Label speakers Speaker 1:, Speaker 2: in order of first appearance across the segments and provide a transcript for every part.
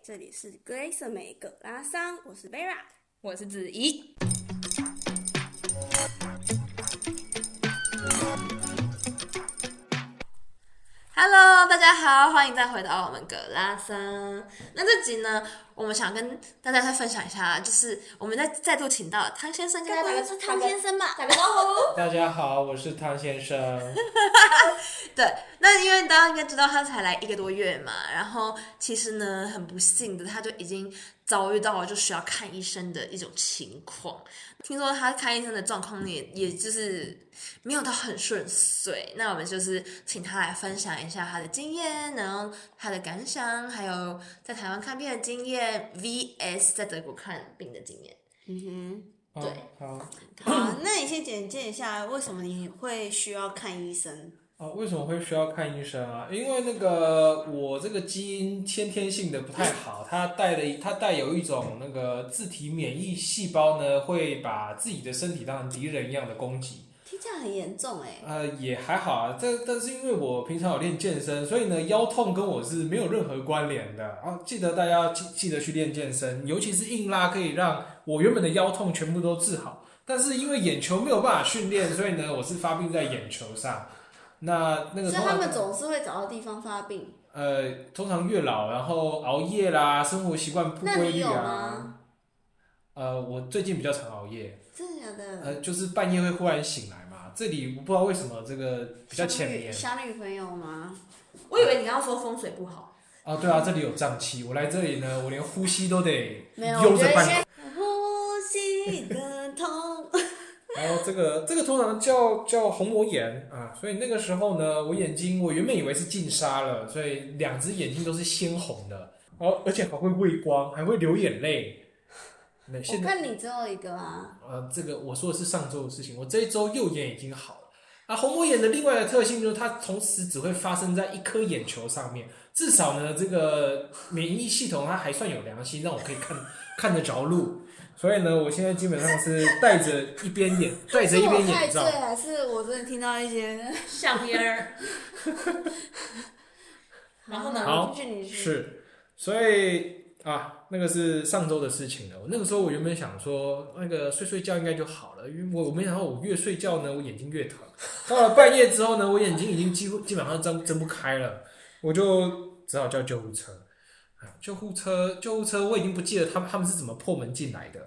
Speaker 1: 这里是 Grace 美葛拉桑，我是 Vera。
Speaker 2: 我是子怡。Hello，大家好，欢迎再回到我们葛拉森。那这集呢，我们想跟大家再分享一下，就是我们再再度请到汤先生跟大家打个
Speaker 1: 生吧？
Speaker 2: 打个招呼。
Speaker 3: 大家好，我是汤先生。
Speaker 2: 对，那因为大家应该知道他才来一个多月嘛，然后其实呢，很不幸的，他就已经遭遇到了就需要看医生的一种情况。听说他看医生的状况也也就是没有到很顺遂，那我们就是请他来分享一下他的经验，然后他的感想，还有在台湾看病的经验，VS 在德国看病的经验。
Speaker 1: 嗯
Speaker 3: 对，好。
Speaker 1: 哼，好，那你先简介一下为什么你会需要看医生？
Speaker 3: 哦，为什么会需要看医生啊？因为那个我这个基因先天性的不太好，它带了它带有一种那个自体免疫细胞呢，会把自己的身体当成敌人一样的攻击。
Speaker 1: 听起来很严重哎、
Speaker 3: 呃，也还好啊，但但是因为我平常有练健身，所以呢腰痛跟我是没有任何关联的啊。记得大家记记得去练健身，尤其是硬拉可以让我原本的腰痛全部都治好。但是因为眼球没有办法训练，所以呢我是发病在眼球上。那那个
Speaker 1: 所以
Speaker 3: 通
Speaker 1: 他
Speaker 3: 常
Speaker 1: 们总是会找到地方发病。
Speaker 3: 呃通常越老，然后熬夜啦，生活习惯不
Speaker 1: 那
Speaker 3: 规
Speaker 1: 你
Speaker 3: 律
Speaker 1: 有
Speaker 3: 啊
Speaker 1: 吗。
Speaker 3: 呃，我最近比较常熬夜，
Speaker 1: 真的假的？
Speaker 3: 呃，就是半夜会忽然醒来嘛。这里我不知道为什么这个比较浅眠。
Speaker 1: 小女朋友吗？
Speaker 2: 我以为你要说风水不好，
Speaker 3: 哦，对啊，这里有瘴气，我来这里呢，我连呼吸都得
Speaker 1: 没有，
Speaker 3: 悠
Speaker 1: 我觉
Speaker 3: 着
Speaker 1: 得
Speaker 3: 半
Speaker 1: 应
Speaker 3: 口。
Speaker 1: 该呼吸的痛。
Speaker 3: 然后这个这个通常叫叫虹膜炎啊，所以那个时候呢，我眼睛我原本以为是进沙了，所以两只眼睛都是鲜红的，哦，而且还会畏光，还会流眼泪。那
Speaker 1: 我
Speaker 3: 现在
Speaker 1: 看你只有一个啊。
Speaker 3: 呃，这个我说的是上周的事情，我这一周右眼已经好了。啊，虹膜炎的另外的特性就是它同时只会发生在一颗眼球上面，至少呢，这个免疫系统它还算有良心，让我可以看 看得着路。所以呢，我现在基本上是戴着一边眼，戴着
Speaker 1: 是
Speaker 3: 一
Speaker 1: 我
Speaker 3: 边
Speaker 1: 太
Speaker 3: 眼
Speaker 1: 醉，
Speaker 3: 罩。
Speaker 1: 还是我真的听到一些？
Speaker 2: 像烟 儿。然后呢
Speaker 3: 好
Speaker 1: 继续你去
Speaker 3: 是，所以啊，那个是上周的事情了。我那个时候我原本想说，那个睡睡觉应该就好了，因为我我没想到我越睡觉呢，我眼睛越疼。到了半夜之后呢，我眼睛已经几乎基本上睁睁不开了，我就只好叫救护车。啊，救护车，救护车，我已经不记得他们他们是怎么破门进来的。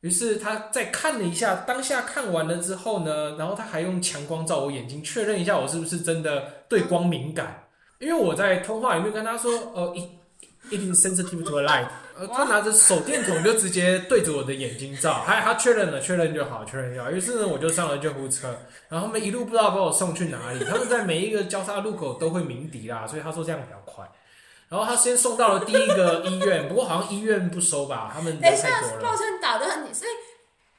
Speaker 3: 于是他再看了一下，当下看完了之后呢，然后他还用强光照我眼睛，确认一下我是不是真的对光敏感。因为我在通话里面跟他说，呃，一一定 sensitive to the light，呃，他拿着手电筒就直接对着我的眼睛照，还他确认了，确认就好，确认就好。于是呢，我就上了救护车，然后他们一路不知道把我送去哪里。他们在每一个交叉路口都会鸣笛啦，所以他说这样比较快。然后他先送到了第一个医院，不过好像医院不收吧，他们
Speaker 2: 等一
Speaker 3: 人
Speaker 2: 下
Speaker 3: 太多，了。
Speaker 2: 抱歉打断你，所以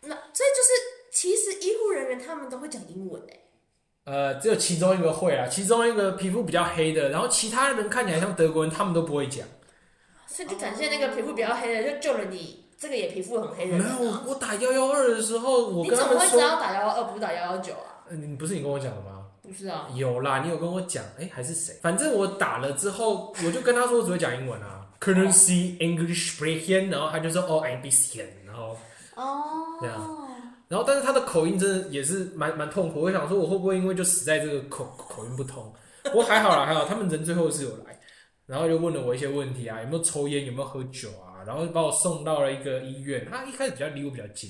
Speaker 2: 那所以就是，其实医护人员他们都会讲英文诶、
Speaker 3: 呃，只有其中一个会啊，其中一个皮肤比较黑的，然后其他人看起来像德国人，他们都不会讲。
Speaker 2: 所以就感谢那个皮肤比较黑的，就救了你这个也皮肤很黑
Speaker 3: 没
Speaker 2: 的人。
Speaker 3: 有，我我打幺幺二的时候，我
Speaker 2: 你
Speaker 3: 跟
Speaker 2: 怎
Speaker 3: 他
Speaker 2: 么
Speaker 3: 们
Speaker 2: 会知
Speaker 3: 说，
Speaker 2: 道打幺幺二不是打幺幺九啊？
Speaker 3: 嗯、你不是你跟我讲的吗？
Speaker 2: 不是啊，
Speaker 3: 有啦，你有跟我讲，哎、还是谁？反正我打了之后，我就跟他说我只会讲英文啊 c u r r e n c y English sprechen，然后他就说哦 i b s e n 然后这
Speaker 1: 哦，
Speaker 3: 然后但是他的口音真的也是蛮蛮痛苦，我想说我会不会因为就死在这个口口音不通？不过还好啦，还好他们人最后是有来，然后就问了我一些问题啊，有没有抽烟，有没有喝酒啊，然后把我送到了一个医院，他一开始比较离我比较近。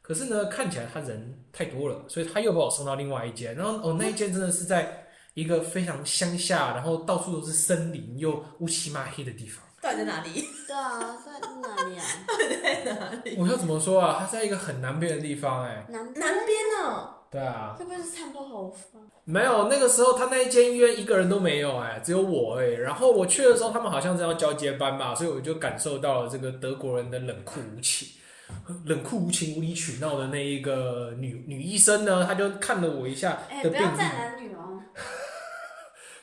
Speaker 3: 可是呢，看起来他人太多了，所以他又把我送到另外一间。然后哦，那一间真的是在一个非常乡下，然后到处都是森林又乌漆嘛黑的地方。
Speaker 2: 到底在哪里？
Speaker 1: 对啊，在哪里啊？
Speaker 3: 我要怎么说啊？他在一个很南边的地方、哎，
Speaker 1: 南
Speaker 2: 南边哦、
Speaker 3: 对啊，
Speaker 1: 会不会是长头好发？
Speaker 3: 没有，那个时候他那一间医院一个人都没有、哎，只有我哎、然后我去的时候，他们好像是要交接班吧，所以我就感受到了这个德国人的冷酷无情、 冷酷无情、无理取闹的那一个女女医生呢，她就看了我一下
Speaker 1: 哎，
Speaker 3: 的
Speaker 1: 不
Speaker 3: 病
Speaker 1: 要
Speaker 3: 历。
Speaker 1: 站男女哦。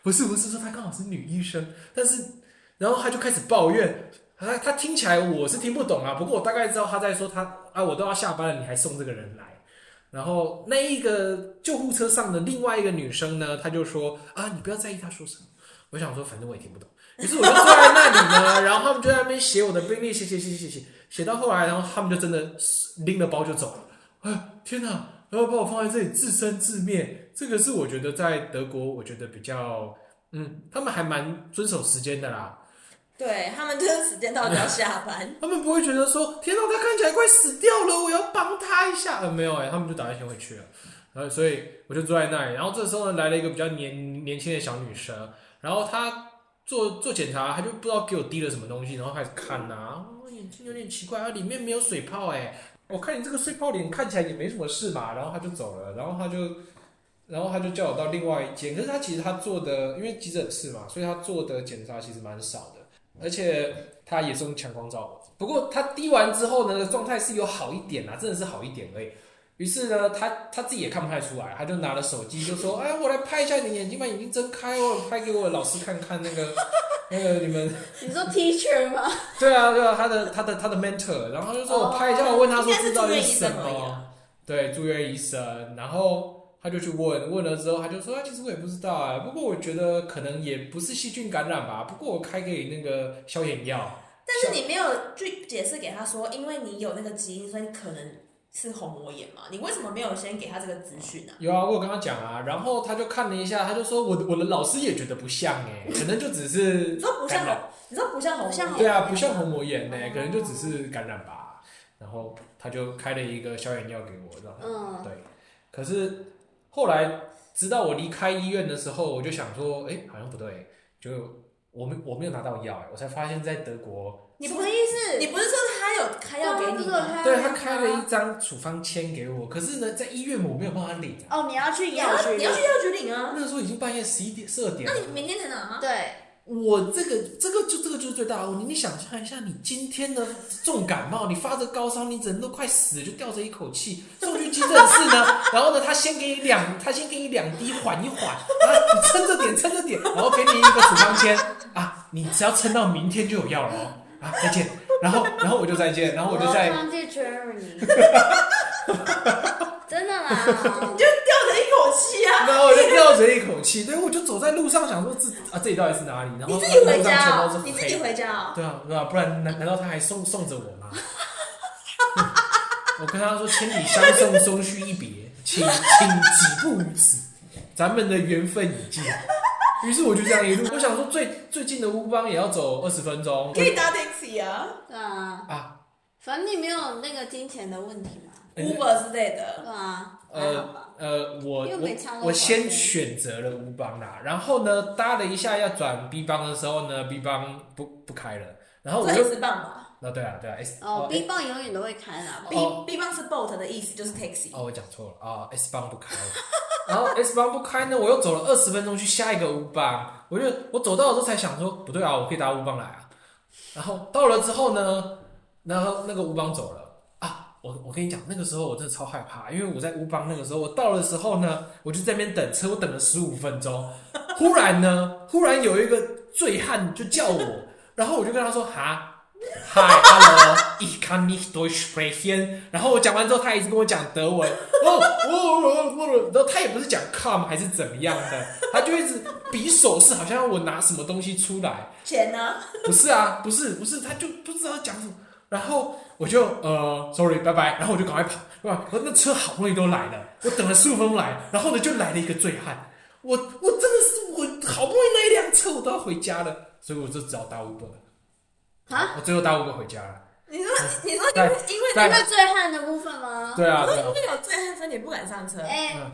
Speaker 3: 不是不是说她刚好是女医生，但是然后她就开始抱怨，她她听起来我是听不懂啊，不过我大概知道她在说她啊，我都要下班了，你还送这个人来。然后那一个救护车上的另外一个女生呢，她就说啊，你不要在意她说什么，我想说，反正我也听不懂，于是我就坐在那里呢，然后他们就在那边写我的病历，写写写写写，写到后来，然后他们就真的拎了包就走了。哎，天哪！然后把我放在这里自生自灭，这个是我觉得在德国，我觉得比较，嗯，他们还蛮遵守时间的啦。
Speaker 4: 对他们就是时间到就要下班，
Speaker 3: 他们不会觉得说，天哪，他看起来快死掉了，我要帮他一下。呃，没有哎、他们就打算先回去了。然后，所以我就坐在那里。然后这时候呢，来了一个比较年年轻的小女生，然后她做做检查，她就不知道给我滴了什么东西，然后开始看呐、啊，哦眼睛有点奇怪，啊，里面没有水泡哎、我看你这个水泡脸看起来也没什么事嘛。然后她就走了，然后她就，然后她就叫我到另外一间。可是她其实她做的，因为急诊室嘛，所以她做的检查其实蛮少的，而且他也是用强光照我。不过他滴完之后呢，状态是有好一点啊，真的是好一点而已。于是呢，他他自己也看不太出来，他就拿了手机 就说：“哎，我来拍一下你的眼睛，把眼睛睁开哦，拍给我老师看看那 个那个你们。
Speaker 4: 你说 teacher 吗？”
Speaker 3: 对啊，对啊，他的他的他的 mentor，然后就说我拍一下，
Speaker 4: 哦
Speaker 3: 我问他
Speaker 4: 应
Speaker 3: 说
Speaker 4: 该是
Speaker 3: 这到底
Speaker 4: 住院
Speaker 3: 是
Speaker 4: 医
Speaker 3: 什
Speaker 4: 生而已
Speaker 3: 么
Speaker 4: 啊？
Speaker 3: 对，住院医生，然后。他就去问，问了之后他就说，啊，其实我也不知道啊，不过我觉得可能也不是细菌感染吧，不过我开给那个消炎药，
Speaker 4: 但是你没有去解释给他说，因为你有那个基因，所以你可能是虹膜炎嘛？你为什么没有先给他这个资讯啊？
Speaker 3: 有啊，我有跟他讲啊，然后他就看了一下，他就说我的我的老师也觉得不像哎、可能就只是
Speaker 4: 你说不像
Speaker 3: 感染，
Speaker 4: 你说不像虹
Speaker 1: 不像
Speaker 4: 膜炎，
Speaker 3: 对啊，不像虹膜炎呢、可能就只是感染吧。然后他就开了一个消炎药给我，然后
Speaker 1: 嗯，
Speaker 3: 对，可是后来直到我离开医院的时候，我就想说，哎、好像不对，就我没我没有拿到药、欸，我才发现在德国，
Speaker 4: 你
Speaker 1: 什
Speaker 4: 不
Speaker 1: 么意思？
Speaker 4: 你不是说他有开药给你吗？
Speaker 3: 对他开了一张处方签给我，可是呢，在医院我没有办法领啊、
Speaker 1: 哦，你要去
Speaker 4: 你要
Speaker 1: 药局，
Speaker 4: 你要去药局领啊，
Speaker 3: 那时候已经半夜十一点十二点
Speaker 4: 那
Speaker 3: 了。
Speaker 4: 你明天才拿啊。
Speaker 1: 对，
Speaker 3: 我这个这个就这个就是最大的问题。你想象一下，你今天的重感冒，你发着高烧，你人都快死了，就吊着一口气，送去急诊室呢。然后呢，他先给你两，他先给你两滴，缓一缓，然后你撑着点，撑着点，然后给你一个处方签 啊，你只要撑到明天就有药了哦啊，再见。然后，然后我就再见，
Speaker 1: 哦
Speaker 3: 然后我就在
Speaker 1: 放弃 Germany，真的啦，
Speaker 4: 吊着一口气 啊！
Speaker 3: 然后我就吊着一口气，对，我就走在路上，想说这啊，这里到底是哪里？然后
Speaker 4: 你自己回
Speaker 3: 路上全
Speaker 4: 家
Speaker 3: 都是
Speaker 4: 哦，你自
Speaker 3: 黑
Speaker 4: 己回家哦。
Speaker 3: 对啊，对啊，不然难难道他还送送着我 吗？我跟他说千里相送，终须一别，请请止步于此，咱们的缘分已尽。于是我就这样一路，我想说最最近的乌邦也要走二十分钟
Speaker 4: 可以搭 taxi 啊
Speaker 1: 对啊，
Speaker 3: 啊，
Speaker 1: 反正你没有那个金钱的问题嘛，
Speaker 3: 哎
Speaker 4: ，Uber 之类的
Speaker 1: 对。啊，还好吧
Speaker 3: 呃呃，我
Speaker 1: 又
Speaker 3: 我
Speaker 1: 没抢到
Speaker 3: 我先
Speaker 1: 保险
Speaker 3: 选择了乌邦啦，然后呢搭了一下要转 B 邦的时候呢，B 邦不不开了，然后我
Speaker 4: 这也
Speaker 3: 就是
Speaker 4: 棒吧
Speaker 3: 那对啊对啊，S
Speaker 1: 哦
Speaker 3: 哎
Speaker 1: ，B 棒永远都会开的啊，
Speaker 4: ？B
Speaker 3: 哦
Speaker 4: B 棒是 boat 的意思，就是 taxi。
Speaker 3: 哦，我讲错了啊、s 帮不开，然后 S 帮不开呢，我又走了二十分钟去下一个乌邦，我就我走到的时候才想说，不对啊，我可以搭乌邦来啊。然后到了之后呢，然后那个乌邦走了啊，我我跟你讲，那个时候我真的超害怕，因为我在乌邦那个时候，我到的时候呢，我就在那边等车，我等了十五分钟，忽然呢，忽然有一个醉汉就叫我，然后我就跟他说哈。Hi, hello, ich kann nicht Deutsch sprechen。然后我讲完之后，他一直跟我讲德文，哦，哦哦哦，哦然后他也不是讲 come 还是怎么样的，他就一直比手势，好像要我拿什么东西出来。
Speaker 4: 钱呢？
Speaker 3: 不是啊，不是不是，他就不知道讲什么。然后我就呃，sorry，拜拜。然后我就赶快跑，对吧？那车好不容易都来了，我等了十五分钟来，然后呢就来了一个醉汉。我我真的是我好不容易那一辆车我都要回家了，所以我就只好搭 Uber。
Speaker 1: 啊？
Speaker 3: 我最后搭 Uber 回家了。
Speaker 4: 你说你说因
Speaker 3: 嗯在
Speaker 4: 为因为
Speaker 3: 在
Speaker 1: 因为醉汉的部分吗？
Speaker 3: 对啊，
Speaker 4: 你说
Speaker 3: 对啊
Speaker 4: 哦因。为有醉汉车，你不敢上车，
Speaker 1: 哎
Speaker 3: 嗯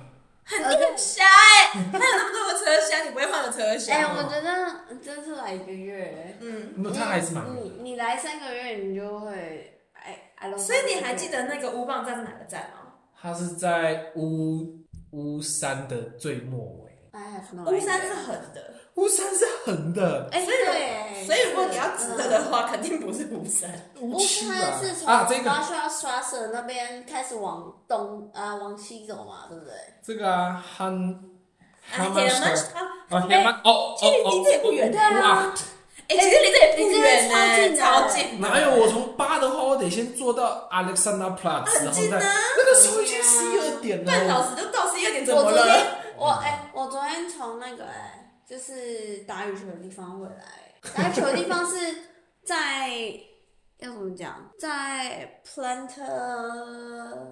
Speaker 4: 很
Speaker 1: 呃
Speaker 4: 硬瞎哎！还有那么多个车厢，你不会换个车厢？
Speaker 1: 哎，我觉得真是来一个月，
Speaker 4: 嗯，
Speaker 3: 那他还是蛮
Speaker 1: 你你你来三个月你就会哎，I don't know，
Speaker 4: 所以你还记得那个乌棒站是哪个站吗？
Speaker 3: 他是在乌乌山的最末尾，
Speaker 1: ？I have no idea
Speaker 4: 乌哦山是横的，
Speaker 3: 乌山是横的，
Speaker 1: 哎，
Speaker 4: 所以如
Speaker 1: 对，
Speaker 4: 所以如果你要直的
Speaker 1: 嗯
Speaker 4: 的话，肯定不是乌山。
Speaker 3: 乌
Speaker 1: 乌
Speaker 3: 区吧
Speaker 1: 山是从
Speaker 3: 啊，这个
Speaker 1: Russia Strasse 那边开始往东啊往西走嘛，对不对？
Speaker 3: 这个啊，汉
Speaker 4: 哎，
Speaker 3: 汉
Speaker 4: 铁
Speaker 3: 曼
Speaker 4: 人
Speaker 3: 舍
Speaker 4: 吗？
Speaker 3: 啊，汉曼哦
Speaker 4: 其实
Speaker 3: 哦
Speaker 4: 离
Speaker 3: 哦，
Speaker 4: 哎这也不远
Speaker 1: 对
Speaker 4: 的。
Speaker 1: 啊，
Speaker 4: 哎，其实离这也 不远
Speaker 1: 哎
Speaker 4: 呢，超
Speaker 1: 超近的
Speaker 4: 近的。
Speaker 3: 哪有我从八的话，我得先坐到 Alexander Platz，然后
Speaker 4: 近
Speaker 3: 再
Speaker 4: 啊
Speaker 3: 那个时候已经十一二点
Speaker 4: 半
Speaker 3: 了，
Speaker 4: 小时就到十一二点，怎
Speaker 1: 我
Speaker 4: 么
Speaker 1: 昨
Speaker 4: 了？
Speaker 1: 天我哎、我昨天从那个哎、就是打羽球的地方回来，打羽球的地方是在要怎么讲，在 Plant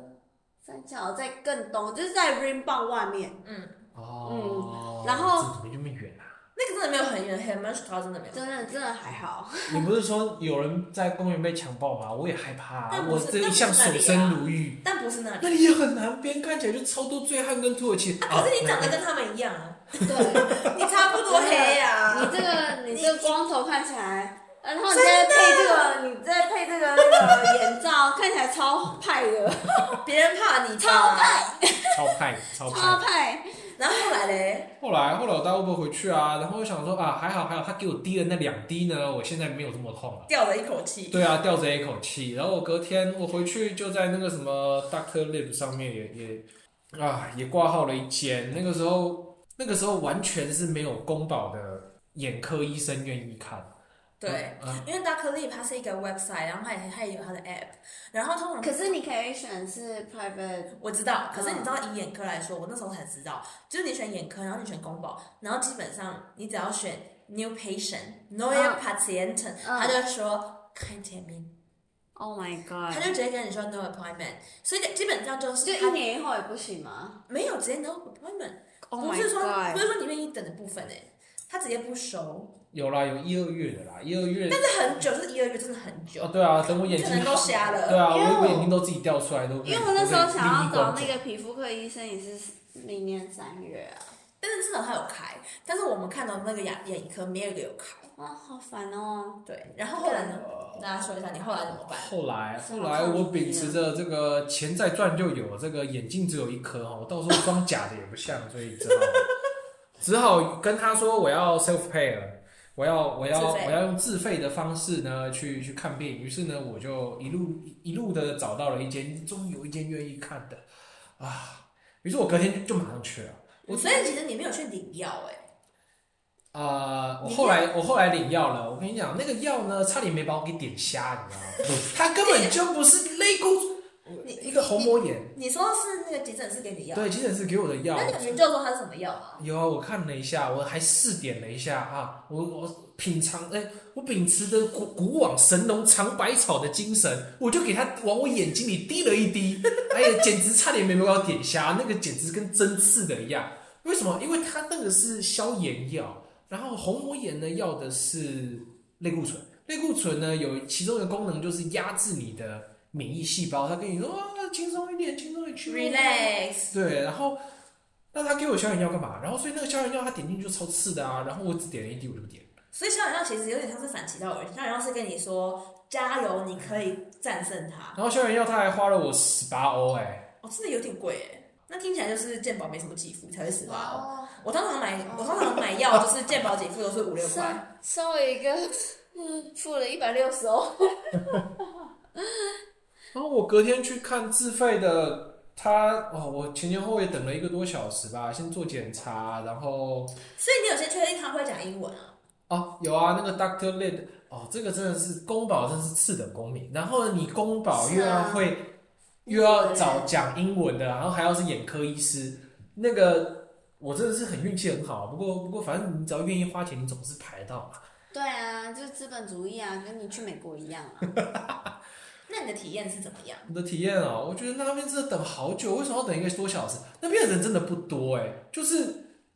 Speaker 1: 三角在更东，就是在 Rainbow 外面。
Speaker 4: 嗯
Speaker 3: 哦，
Speaker 1: 然后
Speaker 3: 这怎么就那么远啊？
Speaker 4: 那个真的没有很远，很 much 高真的没有。
Speaker 1: 真的真的还好，
Speaker 3: 你不是说有人在公园被强暴吗？我也害怕、啊，
Speaker 4: 但不
Speaker 3: 我
Speaker 4: 是
Speaker 3: 这一向守身如玉。
Speaker 4: 但不是那里，
Speaker 3: 那里也很南边，看起来就超多醉汉跟土耳其。
Speaker 4: 啊可是你
Speaker 3: 没有
Speaker 4: 长得跟他们一样啊，
Speaker 1: 对
Speaker 4: 你差不多黑啊呀、
Speaker 1: 你这个你这个光头看起来，然后你再配这个，你再配这个那个眼罩，看起来超派的，
Speaker 4: 别人怕你吧
Speaker 1: 超派
Speaker 3: 超派超
Speaker 1: 超
Speaker 3: 派。
Speaker 1: 派，
Speaker 4: 然后后来嘞，
Speaker 3: 后来后来我带 Uber 回去啊，然后我想说啊，还好还好，他给我滴了那两滴呢，我现在没有这么痛了。
Speaker 4: 吊了一口气。
Speaker 3: 对啊，吊着一口气。然后我隔天我回去就在那个什么 Doctor Lib 上面也也啊也挂号了一间。那个时候那个时候完全是没有公保的眼科医生愿意看。
Speaker 4: 对，
Speaker 3: 嗯，嗯
Speaker 4: 因为 Duck Leap 它是一个 website，然后它也它也有它的 app，然后通常
Speaker 1: 可是你可以选是 private，
Speaker 4: 我知道，可是你
Speaker 1: 嗯
Speaker 4: 知道以眼科来说，我那时候才知道，就是你选眼科，然后你选公保，然后基本上你只要选 new patient、neue
Speaker 1: 嗯
Speaker 4: patient，、
Speaker 1: 嗯
Speaker 4: 他就会说 kein Termin，、
Speaker 1: Oh my
Speaker 4: 他
Speaker 1: god！
Speaker 4: 就直接跟你说 no appointment，所以基本上就是
Speaker 1: 就
Speaker 4: 他
Speaker 1: 一年以后也不行吗
Speaker 4: 没有直接 no appointment，、
Speaker 1: ？Oh
Speaker 4: 不
Speaker 1: my
Speaker 4: 是说不
Speaker 1: god！
Speaker 4: 是说你愿意等的部分哎、他直接不收，
Speaker 3: 有啦，有一二月的啦，一二月。
Speaker 4: 但是很久，就是一个月，真的很久
Speaker 3: 哦，，对啊，等我眼
Speaker 4: 可
Speaker 3: 睛
Speaker 4: 能都瞎了。
Speaker 3: 对啊，
Speaker 1: 因为
Speaker 3: 我
Speaker 1: 我
Speaker 3: 我眼睛都自己掉出来都。
Speaker 1: 因为我那时候
Speaker 3: 都被
Speaker 1: 想要
Speaker 3: 利益关
Speaker 1: 找
Speaker 3: 注
Speaker 1: 那个皮肤科医生，也是明年三月啊，
Speaker 4: 但是至少他有开，但是我们看到那个眼眼科没有一个有开。
Speaker 1: 啊，好烦哦！
Speaker 4: 对，然后后来呢？大家说一下，你后来怎么办？
Speaker 3: 后来，后来我秉
Speaker 1: 啊
Speaker 3: 持着这个钱再赚就有，这个眼镜只有一颗哈，我到时候装假的也不像，所以只 好只好跟他说我要 self pay 了，我要我要
Speaker 4: 自费
Speaker 3: 我要用自费的方式呢去去看病。于是呢，我就一路一路的找到了一间，终于有一间愿意看的啊。于是我隔天就就马上去了。我
Speaker 4: 所以其实你没有去领药哎、
Speaker 3: 啊、我
Speaker 4: 你
Speaker 3: 后来我后来领药了，我跟你讲，那个药呢，差点没把我给点瞎，你 知道吗？它根本就不是类固醇，
Speaker 4: 你
Speaker 3: 一个虹膜炎，
Speaker 4: 你说是那个急诊室给你药，
Speaker 3: 对，急诊室给我的药
Speaker 4: 那，你有研究说它是什么药吗？
Speaker 3: 有啊，我看了一下，我还试点了一下啊，我我品尝，哎、我秉持着古古往神农尝百草的精神，我就给它往我眼睛里滴了一滴， 哎呀，简直差点没把我点瞎，那个简直跟针刺的一样。为什么？因为它那个是消炎药，然后虹膜炎呢要的是类固醇，类固醇呢有其中一个功能就是压制你的免疫细胞，它跟你说啊，轻松一点，轻松一点去对，然后那他给我消炎药干嘛？然后所以那个消炎药他点进去就超刺的啊，然后我只点了一滴我就不点了。
Speaker 4: 所以消炎药其实有点像是反其道而行，消炎药是跟你说加油，你可以战胜它。
Speaker 3: 然后消炎药他还花了我十八欧哎，
Speaker 4: 哦，真的有点贵哎、那听起来就是健保没什么给付才会死吧？
Speaker 1: 哇，哦
Speaker 4: 我通常买，我通常买药就是健保给付都是五六块。
Speaker 1: 身身为一个嗯付了一百六十欧，
Speaker 3: 然后我隔天去看自费的。他哦，我前前后后也等了一个多小时吧，先做检查，然后
Speaker 4: 所以你有些确定他会讲英文啊？
Speaker 3: 哦，有啊，那个 Doctor Lid，哦，这个真的是公保，真是次等公民。然后你公保
Speaker 1: 是
Speaker 3: 又要
Speaker 1: 啊
Speaker 3: 会、又要找讲英文的，然后还要是眼科医师，那个我真的是很运气很好。不过不过，反正你只要愿意花钱，你总是排得到嘛。
Speaker 1: 对啊，就是资本主义啊，跟你去美国一样啊。
Speaker 4: 那你的体验是怎么样？
Speaker 3: 我的体验哦，我觉得那边真的等好久，为什么要等一个多小时？那边的人真的不多哎、就是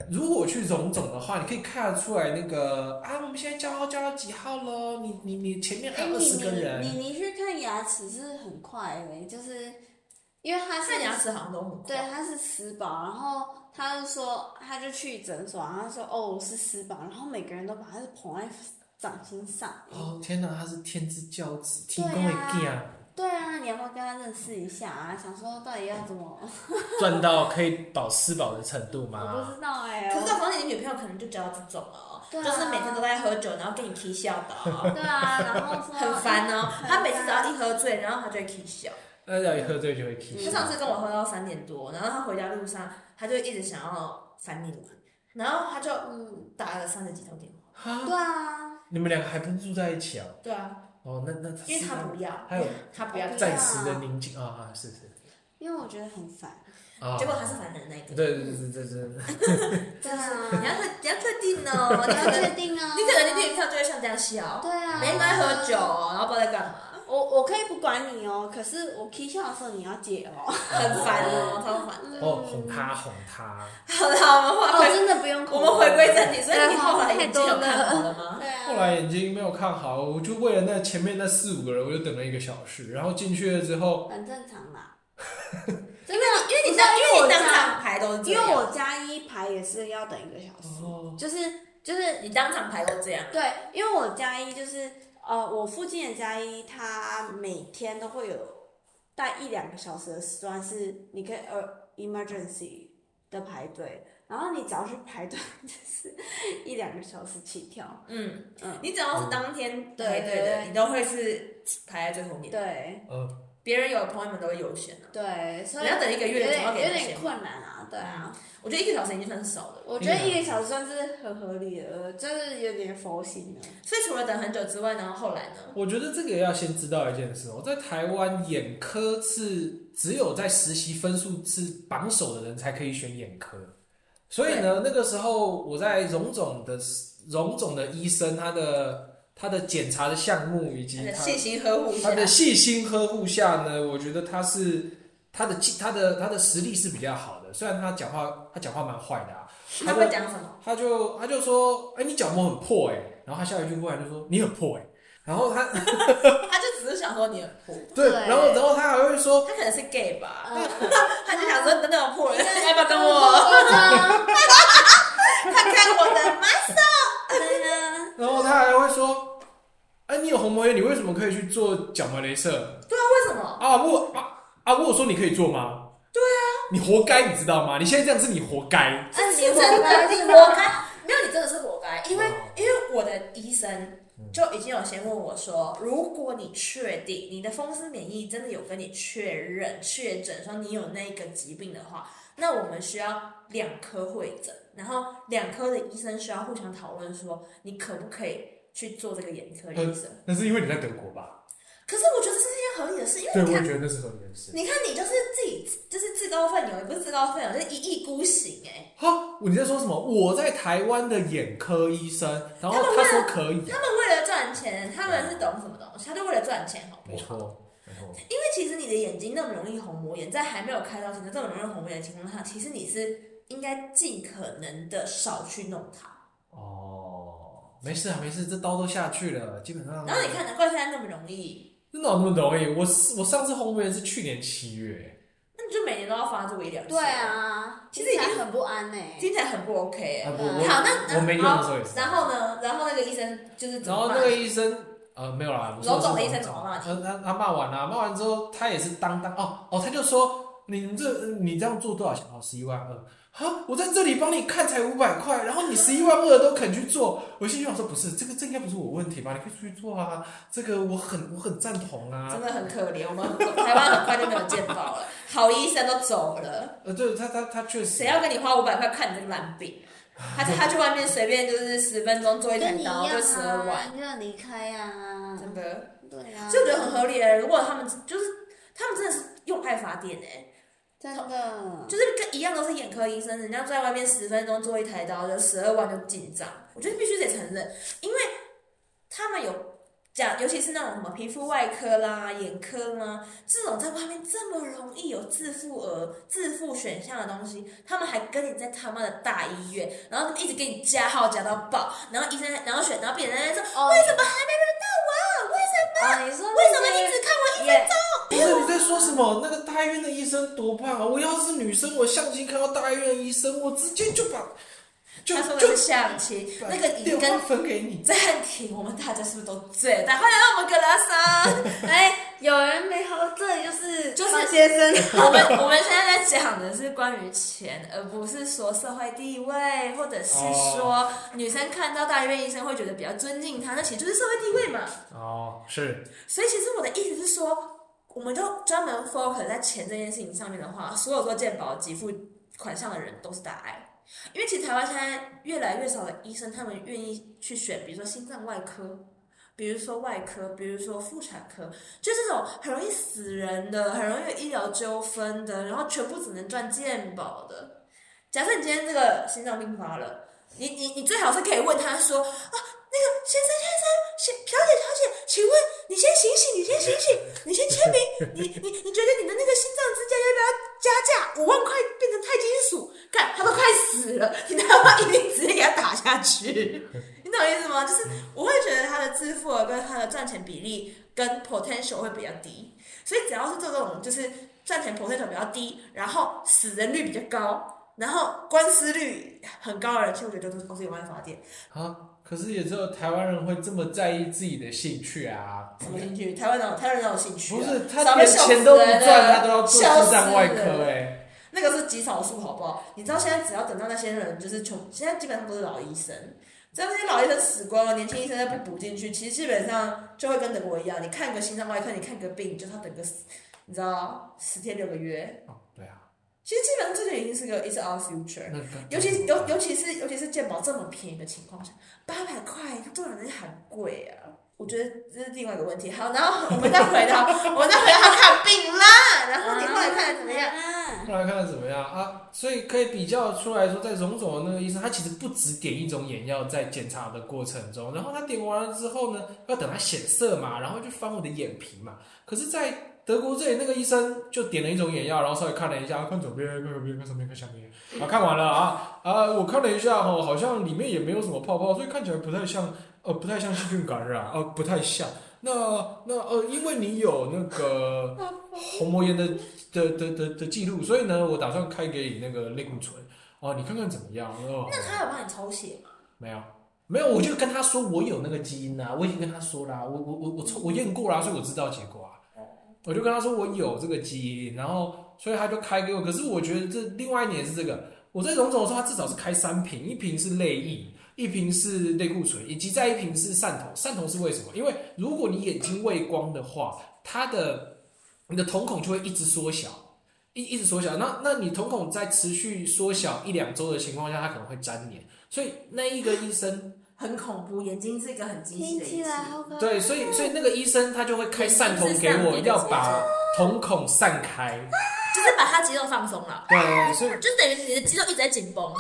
Speaker 3: 如果去荣总的话，你可以看得出来那个啊，我们现在叫号叫到几号喽？你你你前面还
Speaker 1: 哎，
Speaker 3: 有二
Speaker 1: 你
Speaker 3: 十个人。
Speaker 1: 你你你去看牙齿是很快的，就是因为他是
Speaker 4: 看牙齿好像都很
Speaker 1: 对
Speaker 4: 快。，
Speaker 1: 他是私保，然后他就说他就去诊所，然后他说哦我是私保，然后每个人都把他是捧在掌心上。
Speaker 3: 哦，天哪，他是天之骄子，
Speaker 1: 对
Speaker 3: 天
Speaker 1: 啊
Speaker 3: 公的囝，
Speaker 1: 对啊，你要不要跟他认识一下啊？想说到底要怎么？
Speaker 3: 赚到可以保私保的程度
Speaker 1: 我不
Speaker 3: 吗？
Speaker 1: 知道哎、
Speaker 4: 可是
Speaker 1: 我
Speaker 4: 到时候你的女朋友可能就交这种了哦，
Speaker 1: 对啊
Speaker 4: 就是每天都在喝酒，然后跟你 k 笑的 哦，
Speaker 1: 对啊，然后说
Speaker 4: 很烦哦。她每次只要一喝醉，然后她就会 k 笑。
Speaker 3: 那要一喝醉就会踢。
Speaker 4: 她上次跟我喝到三点多，然后她回家路上，她就一直想要烦你玩，然后她就
Speaker 1: 嗯，
Speaker 4: 打了三十几通电话。
Speaker 3: 啊，
Speaker 1: 对啊，
Speaker 3: 你们两个还不住在一起啊？
Speaker 4: 对啊，
Speaker 3: 哦，那那
Speaker 4: 因为她
Speaker 3: 是
Speaker 4: 不要，
Speaker 3: 还有
Speaker 4: 她不要
Speaker 1: 对啊
Speaker 3: 暂时的宁静啊啊，是是。
Speaker 1: 因为我觉得很烦。
Speaker 3: 啊，
Speaker 4: 结果他是烦人的那一
Speaker 3: 对
Speaker 4: 个。
Speaker 3: 对对对对，
Speaker 1: 对啊，
Speaker 4: 你要特你要特定哦，
Speaker 1: 你
Speaker 4: 你
Speaker 1: 要
Speaker 4: 要
Speaker 1: 确
Speaker 4: 定，
Speaker 1: 定啊，
Speaker 4: 你可能你女票就会像这样笑，
Speaker 1: 对啊，
Speaker 4: 没来喝酒，哦然后不知道在干嘛，
Speaker 1: 我我可以不管你哦，可是我 K 笑的时候你要解 哦。
Speaker 4: 很烦哦，超烦。
Speaker 3: 哦，哄他哄他，
Speaker 4: 好了，我们
Speaker 1: 哦，
Speaker 4: 回
Speaker 1: 真的不用
Speaker 4: 我
Speaker 1: 恐怖。
Speaker 4: 们回归正题，所以你
Speaker 1: 对
Speaker 4: 后来
Speaker 1: 太
Speaker 4: 眼
Speaker 1: 多
Speaker 4: 睛有看
Speaker 1: 了
Speaker 4: 好了吗？
Speaker 1: 对 啊。
Speaker 3: 后来眼睛没有看好，我就为了那前面那四五个人，我就等了一个小时，然后进去了之后，
Speaker 1: 很正常 啦。
Speaker 4: 真的，因为你
Speaker 1: 不是
Speaker 4: 当
Speaker 1: 啊因为
Speaker 4: 因为
Speaker 1: 我
Speaker 4: 你当
Speaker 1: 知道
Speaker 4: 场排都是这
Speaker 1: 因为
Speaker 4: 样，
Speaker 1: 我加一排也是要等一个小时，
Speaker 3: 哦，
Speaker 1: 就是就是
Speaker 4: 你当场排都这样，
Speaker 1: 对，因为我加一就是呃，我附近的加一，它每天都会有大一两个小时的时段是你可以呃 emergency 的排队，然后你只要去排队就是一两个小时起跳，
Speaker 4: 嗯
Speaker 1: 嗯，
Speaker 4: 你只要是当天
Speaker 1: 对
Speaker 4: 排队
Speaker 1: 对
Speaker 4: 的，
Speaker 1: 对
Speaker 4: 你都会是排在最后面，
Speaker 1: 对
Speaker 3: 呃，
Speaker 4: 别人有朋友们都会优先的。
Speaker 1: 对，所以
Speaker 4: 你要等一个
Speaker 1: 有
Speaker 4: 月，
Speaker 1: 点
Speaker 4: 总要
Speaker 1: 有
Speaker 4: 给优
Speaker 1: 点
Speaker 4: 先。
Speaker 1: 困难啊，对啊。
Speaker 4: 我觉得一个小时已经算是少的了。
Speaker 1: 我觉得一个小时算是很合理的，就是有点佛心了。
Speaker 4: 所以除了等很久之外呢，后来呢？
Speaker 3: 我觉得这个要先知道一件事哦，在台湾眼科是只有在实习分数是榜首的人才可以选眼科，所以呢，那个时候我在荣总的荣总的医生他的他的检查的项目以及他
Speaker 4: 细心啊呵护一下
Speaker 3: 他，的细心呵护下呢，我觉得他是他的技他的他的实力是比较好的，虽然他讲话他讲话蛮坏 的啊，
Speaker 4: 他
Speaker 3: 他
Speaker 4: 会
Speaker 3: 的
Speaker 4: 讲什么？
Speaker 3: 他就他就说，哎、你角膜很破哎、然后他下一句忽然就说你很破哎、然后他
Speaker 4: 他就只是想说你很破，
Speaker 3: 对，
Speaker 1: 对
Speaker 3: 然后然后他还会说，
Speaker 4: 他可能是 gay 吧，
Speaker 1: 嗯，
Speaker 4: 他就想说等等我破了，
Speaker 3: 哎
Speaker 4: 要不要跟我？
Speaker 1: 我？
Speaker 4: 他看我 的吗？
Speaker 1: 对啊，
Speaker 3: 然后他还会说，哎、你有虹膜炎，你为什么可以去做角膜镭射
Speaker 4: 为什么？
Speaker 3: 啊？我啊啊，我有说你可以做吗？对啊，你活该，你知道吗？你现在这样是你活该，
Speaker 1: 那你
Speaker 4: 是真的，你活该。没有，你真的是活该，因为因为我的医生就已经有先问我说，如果你确定你的风湿免疫真的有跟你确认确诊说你有那一个疾病的话，那我们需要两科会诊，然后两科的医生需要互相讨论说你可不可以去做这个眼科医生。
Speaker 3: 那是因为你在德国吧？
Speaker 4: 可是我觉得这是一件合理的事，因为
Speaker 3: 对，
Speaker 4: 你
Speaker 3: 我也
Speaker 4: 看，
Speaker 3: 觉得那是合理 的事。
Speaker 4: 你看你就是自己就是自告奋勇，也不是自告奋勇，就是一意孤行哎、
Speaker 3: 哈，你在说什么？我在台湾的眼科医生，然后他说可以，啊
Speaker 4: 他们为了赚钱，他们是懂什么东西？他就为了赚钱，好不
Speaker 3: 没
Speaker 4: 好？
Speaker 3: 错，没错，
Speaker 4: 因为其实你的眼睛那么容易虹膜炎，在还没有开刀前就这么容易虹膜炎的情况下，其实你是应该尽可能的少去弄它。
Speaker 3: 哦，没事啊，没事，这刀都下去了，基本上。
Speaker 4: 然后你看，难怪现在那么容易，
Speaker 3: 这哪有那么容易？我是我上次红梅是去年七月，
Speaker 4: 那你就每年都要发作一两 次。
Speaker 1: 对，啊，
Speaker 4: 其实已经
Speaker 1: 听起来很不安呢。
Speaker 4: 听起来很不 OK 哎、
Speaker 3: 啊不，
Speaker 4: 好，
Speaker 3: 我
Speaker 4: 那
Speaker 3: 我没用的时候也是。
Speaker 4: 然后呢？然后那个医生就是怎
Speaker 3: 然
Speaker 4: 么
Speaker 3: 后
Speaker 4: 办
Speaker 3: 那个医生呃没有啦，我说
Speaker 4: 老总的
Speaker 3: 是
Speaker 4: 医生怎么骂你
Speaker 3: 呃他他骂完了，骂完之后他也是当当哦哦，他就说你这你这样做多少钱？哦，十一万二。啊！我在这里帮你看才五百块，然后你十一万二都肯去做，我心里想说不是这个，这应该不是我问题吧？你可以出去做啊，这个我很我很赞同啊
Speaker 4: 真。的很可怜，我们 台湾很快就没有健保了，好医生都走了，
Speaker 3: 呃，对他他他确实
Speaker 4: 谁要跟你花五百块看你这个烂病？他他去外面随便就是十分钟做一
Speaker 1: 跟
Speaker 4: 台
Speaker 1: 你一样
Speaker 4: 刀就十二
Speaker 1: 啊，
Speaker 4: 万，
Speaker 1: 你就要离开啊。
Speaker 4: 真的，
Speaker 1: 对啊。
Speaker 4: 所以我觉得很合理欸的。如果他们就是他们真的是用爱发电哎、
Speaker 1: 真的。
Speaker 4: 就是跟一样都是眼科医生，人家在外面十分钟做一台刀，就十二万就进账。我觉得必须得承认，因为他们有讲，尤其是那种什么皮肤外科啦、眼科啦这种在外面这么容易有自付额、自付选项的东西，他们还跟你在他妈的大医院，然后一直给你加号加到爆，然后医生，然后选，然后病人在那边说，
Speaker 1: 哦
Speaker 4: 为什么还没轮到我？为什么？
Speaker 1: 啊，你说
Speaker 4: 为什么你只看我一
Speaker 1: 一分
Speaker 3: 不是你在说什么？那个大医院的医生多棒啊！我要是女生，我相亲看到大医院的医生，我直接就把就
Speaker 4: 他说的
Speaker 3: 就是
Speaker 4: 相亲，
Speaker 3: 把
Speaker 4: 那个已经
Speaker 3: 电
Speaker 4: 跟
Speaker 3: 话分给你。
Speaker 4: 暂停，我们大家是不是都醉？大欢迎让我们格拉桑。
Speaker 1: 哎，有人没喝醉就是
Speaker 4: 就是
Speaker 1: 康先生。
Speaker 4: 我们我们现在在讲的是关于钱，而不是说社会地位，或者是说女生看到大医院医生会觉得比较尊敬她，那其实就是社会地位嘛。
Speaker 3: 哦，是
Speaker 4: 所以其
Speaker 3: 哦
Speaker 4: 实我的意思是说，我们就专门 focus 在钱这件事情上面的话，所有做健保给付款项的人都是大爱。因为其实台湾现在越来越少的医生，他们愿意去选，比如说心脏外科、比如说外科，比如说妇产科，就这种很容易死人的，很容易有医疗纠纷的，然后全部只能赚健保的。假设你今天这个心脏病发了，你你你最好是可以问他说啊，那个先生先生，小小姐小姐，请问你先醒醒，你先醒醒，你先签名，你你你觉得你的那个心脏支架要不要加价五万块变成钛金属？看他都快死了，你他妈一定直接给他打下去，你懂我意思吗？就是我会觉得他的自负额跟他的赚钱比例跟 potential 会比较低，所以只要是做这种就是赚钱 potential 比较低，然后死人率比较高，然后官司率很高的人，其实我觉得都是公司有办法点。
Speaker 3: 啊，可是也只有台湾人会这么在意自己的兴趣啊。
Speaker 4: 什么兴趣？台湾哪有台湾人哪有兴趣、啊？
Speaker 3: 不是他
Speaker 4: 早就
Speaker 3: 连
Speaker 4: 笑
Speaker 3: 钱
Speaker 4: 死
Speaker 3: 都不
Speaker 4: 人
Speaker 3: 赚，
Speaker 4: 了
Speaker 3: 他都要做
Speaker 4: 笑
Speaker 3: 智障
Speaker 4: 死
Speaker 3: 外
Speaker 4: 人
Speaker 3: 科哎、
Speaker 4: 那个是极少数，好不好？你知道现在只要等到那些人就是穷，现在基本上都是老医生，只要那些老医生死光了，年轻医生再被补进去，其实基本上就会跟德国一样，你看个心脏外科，你看个病，就是要等个十，你知道十天六个月。
Speaker 3: 哦，对啊，
Speaker 4: 其实基本上这就已经是个 is our future，
Speaker 3: 那
Speaker 4: 尤其尤尤其是尤其是健保这么便宜的情况下，八百块多少人喊贵啊？我觉得这是另外一个问题。好，然 后我们再回到我们再回到看病啦，
Speaker 1: 啊
Speaker 4: 然后你后来看的怎么样？
Speaker 1: 样？
Speaker 3: 后来看看怎么样啊？所以可以比较出来说，在荣总的那个医生，他其实不只点一种眼药，在检查的过程中，然后他点完了之后呢，要等它显色嘛，然后就翻我的眼皮嘛。可是，在德国这里，那个医生就点了一种眼药，然后稍微看了一下，看左边，看右边，看上面，看下面，啊，看完了啊啊，我看了一下哈，好像里面也没有什么泡泡，所以看起来不太像，呃，不太像细菌感染，呃，不太像。那那呃，因为你有 那个虹膜炎的的的的的记录，所以呢，我打算开给你那个类固醇哦，你看看怎么样？哦，
Speaker 4: 那他有帮你抽血吗？
Speaker 3: 没有没有，我就跟他说我有那个基因啊，我已经跟他说啦、我我我我抽我验过啦、所以我知道结果啊，
Speaker 4: 哦
Speaker 3: 我就跟他说我有这个基因，然后所以他就开给我，可是我觉得这另外一点是这个，我在荣总的时候，他至少是开三瓶，一瓶是类益。一瓶是类固醇，以及再一瓶是散瞳。散瞳是为什么？因为如果你眼睛畏光的话，它的你的瞳孔就会一直缩小，一一直缩小。那那你瞳孔在持续缩小一两周的情况下，它可能会粘连。所以那一个医生，
Speaker 4: 很恐怖，眼睛是一个很精细
Speaker 1: 听
Speaker 4: 的仪
Speaker 1: 起
Speaker 4: 器。
Speaker 1: 来好可爱。
Speaker 3: 对，所以所以那个医生他就会开散瞳
Speaker 4: 哦眼睛是
Speaker 3: 给
Speaker 4: 散
Speaker 3: 我，
Speaker 4: 瞳的
Speaker 3: 要
Speaker 4: 结
Speaker 3: 把瞳孔散开。
Speaker 4: 就是把他肌肉放松了，
Speaker 3: 对，所以
Speaker 4: 就是等于你的肌肉一直在紧绷。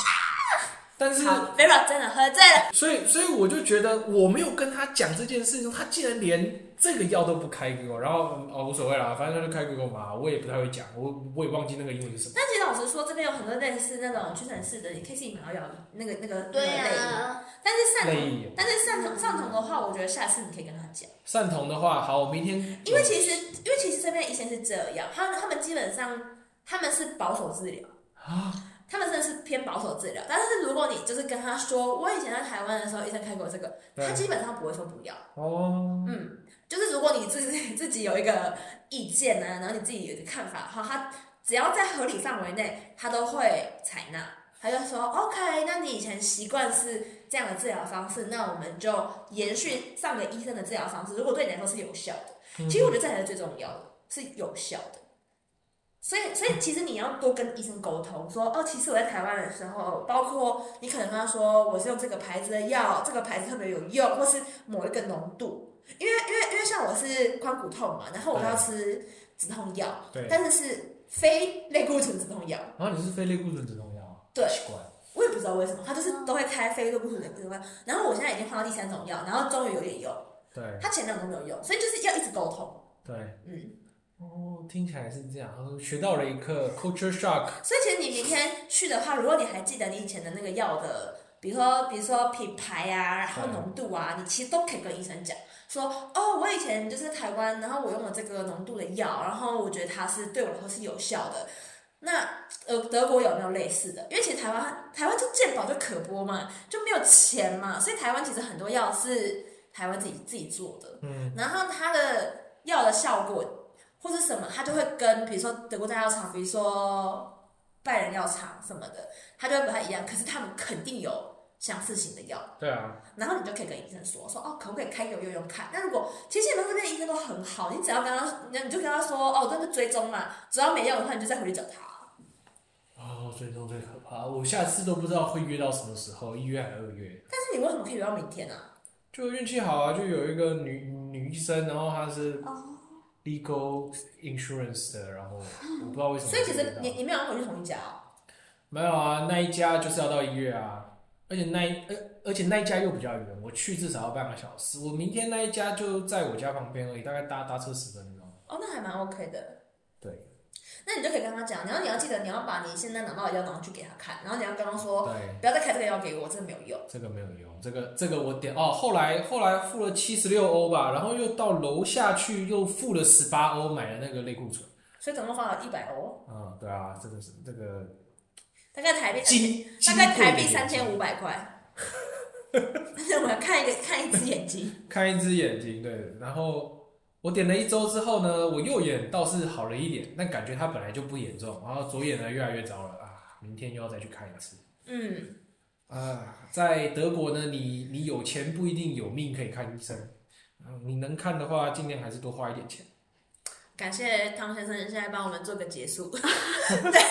Speaker 3: 但是
Speaker 4: 好，Vera 真的喝醉了，
Speaker 3: 所以，所以我就觉得我没有跟他讲这件事情，他竟然连这个药都不开给我，然后嗯哦无所谓啦，反正他就开给我嘛，我也不太会讲，我我也忘记那个英文是什么。
Speaker 4: 但其实老实说，这边有很多类似那种屈臣氏的，你可以自己买到药，那个那个
Speaker 1: 对啊
Speaker 4: 那个类饮
Speaker 1: 呀，
Speaker 4: 但是散
Speaker 3: 类
Speaker 4: 瞳，
Speaker 3: 意
Speaker 4: 但是散瞳散瞳的话，我觉得下次你可以跟他讲，
Speaker 3: 善同的话，好，我明天
Speaker 4: 因为其实因为其实这边的医生是这样，他们他们基本上他们是保守治疗。
Speaker 3: 啊，
Speaker 4: 他们真的是偏保守治疗，但是如果你就是跟他说，我以前在台湾的时候，医生开过这个，他
Speaker 3: 对
Speaker 4: 基本上不会说不要。
Speaker 3: 哦，
Speaker 4: 嗯，就是如果你自己自己有一个意见呢、啊，然后你自己有一个看法的话，他只要在合理范围内，他都会采纳。他就说 OK，那你以前习惯是这样的治疗方式，那我们就延续上个医生的治疗方式。如果对你来说是有效的，其实我觉得这才是最重要的，是有效的。所以，所以其实你要多跟医生沟通，说哦，其实我在台湾的时候，包括你可能跟他说我是用这个牌子的药，这个牌子特别有用，或是某一个浓度，因为因为因为像我是髋骨痛嘛，然后我要吃止痛药，
Speaker 3: 对，
Speaker 4: 但是是非类固醇止痛药，
Speaker 3: 然后你是非类固醇止痛药啊，
Speaker 4: 对
Speaker 3: 奇怪，
Speaker 4: 我也不知道为什么，他就是都会开非类固醇的止痛药，然后我现在已经换到第三种药，然后终于有点用，
Speaker 3: 对
Speaker 4: 他前两种没有用，所以就是要一直沟通，
Speaker 3: 对，
Speaker 4: 嗯。
Speaker 3: 哦，听起来是这样，哦学到了一课，culture shock，
Speaker 4: 所以其实你明天去的话，如果你还记得你以前的那个药的，比如说比如说品牌啊，然后浓度啊，你其实都可以跟医生讲说，哦，我以前就是台湾，然后我用了这个浓度的药，然后我觉得它是对我来说是有效的。那呃，德国有没有类似的？因为其实台湾台湾就健保就可播嘛，就没有钱嘛，所以台湾其实很多药是台湾自己自己做的。
Speaker 3: 嗯，
Speaker 4: 然后它的药的效果或是什么，它就会跟比如说德国大药厂，比如说呃拜仁药厂什么的，它就会不太一样。可是他们肯定有相似型的药，
Speaker 3: 对啊，
Speaker 4: 然后你就可以跟医生说说哦，可不可以开给我用用看？那如果其实你们这边的医生都很好，你只要跟他，你就跟他说哦，那个追踪嘛，只要没用的话，你就再回去找他。
Speaker 3: 哦，最终最可怕，我下次都不知道会约到什么时候，一约还是二约。
Speaker 4: 但是你为什么可以约到明天呢、啊？
Speaker 3: 就运气好啊，就有一个女女医生，然后她是
Speaker 1: 哦，
Speaker 3: legal insurance 的，然后我不知道为什么
Speaker 2: 所以其
Speaker 3: 会遇
Speaker 2: 实
Speaker 3: 到
Speaker 2: 你你们俩回去同一家哦，
Speaker 3: 没有啊，那一家就是要到一月啊，而且那一而而且那一家又比较远，我去至少要半个小时。我明天那一家就在我家旁边而已，大概搭搭车十分钟。
Speaker 2: 哦，那还蛮 OK 的。
Speaker 3: 对
Speaker 2: 那你就可以跟他讲，然后你要记得，你要把你现在拿到的药拿去给他看，然后你要跟他说，
Speaker 3: 对，
Speaker 2: 不要再开这个药给我，这个没有用。
Speaker 3: 这个没有用，这个这个我点哦。后来后来付了七十六欧吧，然后又到楼下去又付了十八欧买了那个类固醇。
Speaker 2: 所以总共花了一百欧，
Speaker 3: 嗯，对啊，这个是这个
Speaker 2: 大概台币
Speaker 3: 金
Speaker 2: 哎大概台币三
Speaker 3: 金贵
Speaker 2: 千
Speaker 3: 的
Speaker 2: 五百块。 那我要看一个看一只眼睛，
Speaker 3: 看一只眼睛，对。然后我点了一周之后呢，我右眼倒是好了一点，但感觉它本来就不严重，然后左眼呢越来越糟了啊，明天又要再去看一次
Speaker 2: 嗯，
Speaker 3: 啊。在德国呢，你你有钱不一定有命可以看医生，嗯你能看的话，尽量还是多花一点钱。
Speaker 2: 感谢汤先生现在帮我们做个结束。对，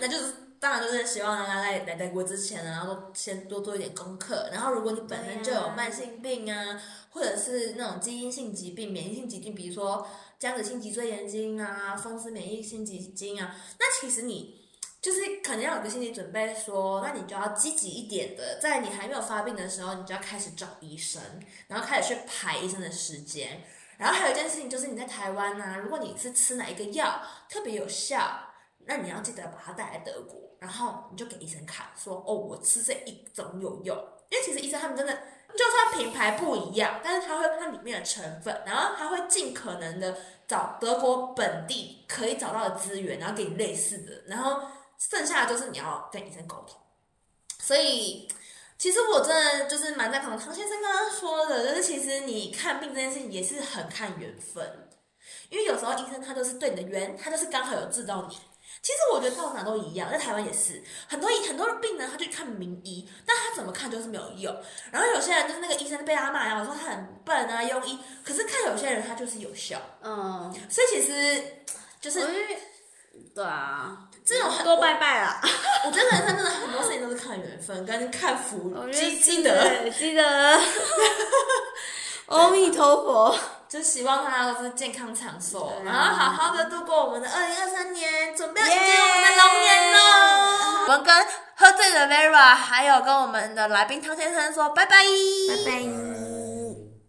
Speaker 2: 那就是当然就是希望大家在来德国之前呢，然后都先多做一点功课。然后如果你本身就有慢性病啊，或者是那种基因性疾病、免疫性疾病，比如说僵直性脊椎炎菌啊、风湿免疫性疾病啊，那其实你。就是可能要有个心理准备说那你就要积极一点的，在你还没有发病的时候，你就要开始找医生，然后开始去排医生的时间，然后还有一件事情就是你在台湾呐、如果你是吃哪一个药特别有效，那你要记得把它带来德国，然后你就给医生看，说哦，我吃这一种有用。因为其实医生他们真的，就算品牌不一样，但是他会它里面的成分，然后他会尽可能的找德国本地可以找到的资源，然后给你类似的，然后剩下的就是你要跟医生沟通。所以其实我真的就是蛮赞同唐先生刚刚说的，就是其实你看病这件事情也是很看缘分，因为有时候医生他就是对你的缘，他就是刚好有治到你。其实我觉得到哪都一样，在台湾也是很多很多的病人，他去看名医，但他怎么看就是没有用。然后有些人就是那个医生被他骂呀，我说他很笨啊，庸医。可是看有些人他就是有效，
Speaker 1: 嗯，
Speaker 2: 所以其实就是
Speaker 1: 我因为对啊，
Speaker 2: 这种很
Speaker 1: 多拜拜啊啦。
Speaker 2: 我觉得人生真的很多事情都是看缘分跟看福
Speaker 1: 我觉得
Speaker 2: 积积德。
Speaker 1: 对，积德。 阿弥陀佛。
Speaker 2: 就希望大家都是健康长寿，
Speaker 1: 对啊
Speaker 2: 然后好好的度过我们的二零二三年，准备迎接
Speaker 1: 耶
Speaker 2: 我们的龙年喽！我们跟喝醉的 Vera 还有跟我们的来宾汤先生说拜拜，
Speaker 1: 哎拜拜。
Speaker 3: 呃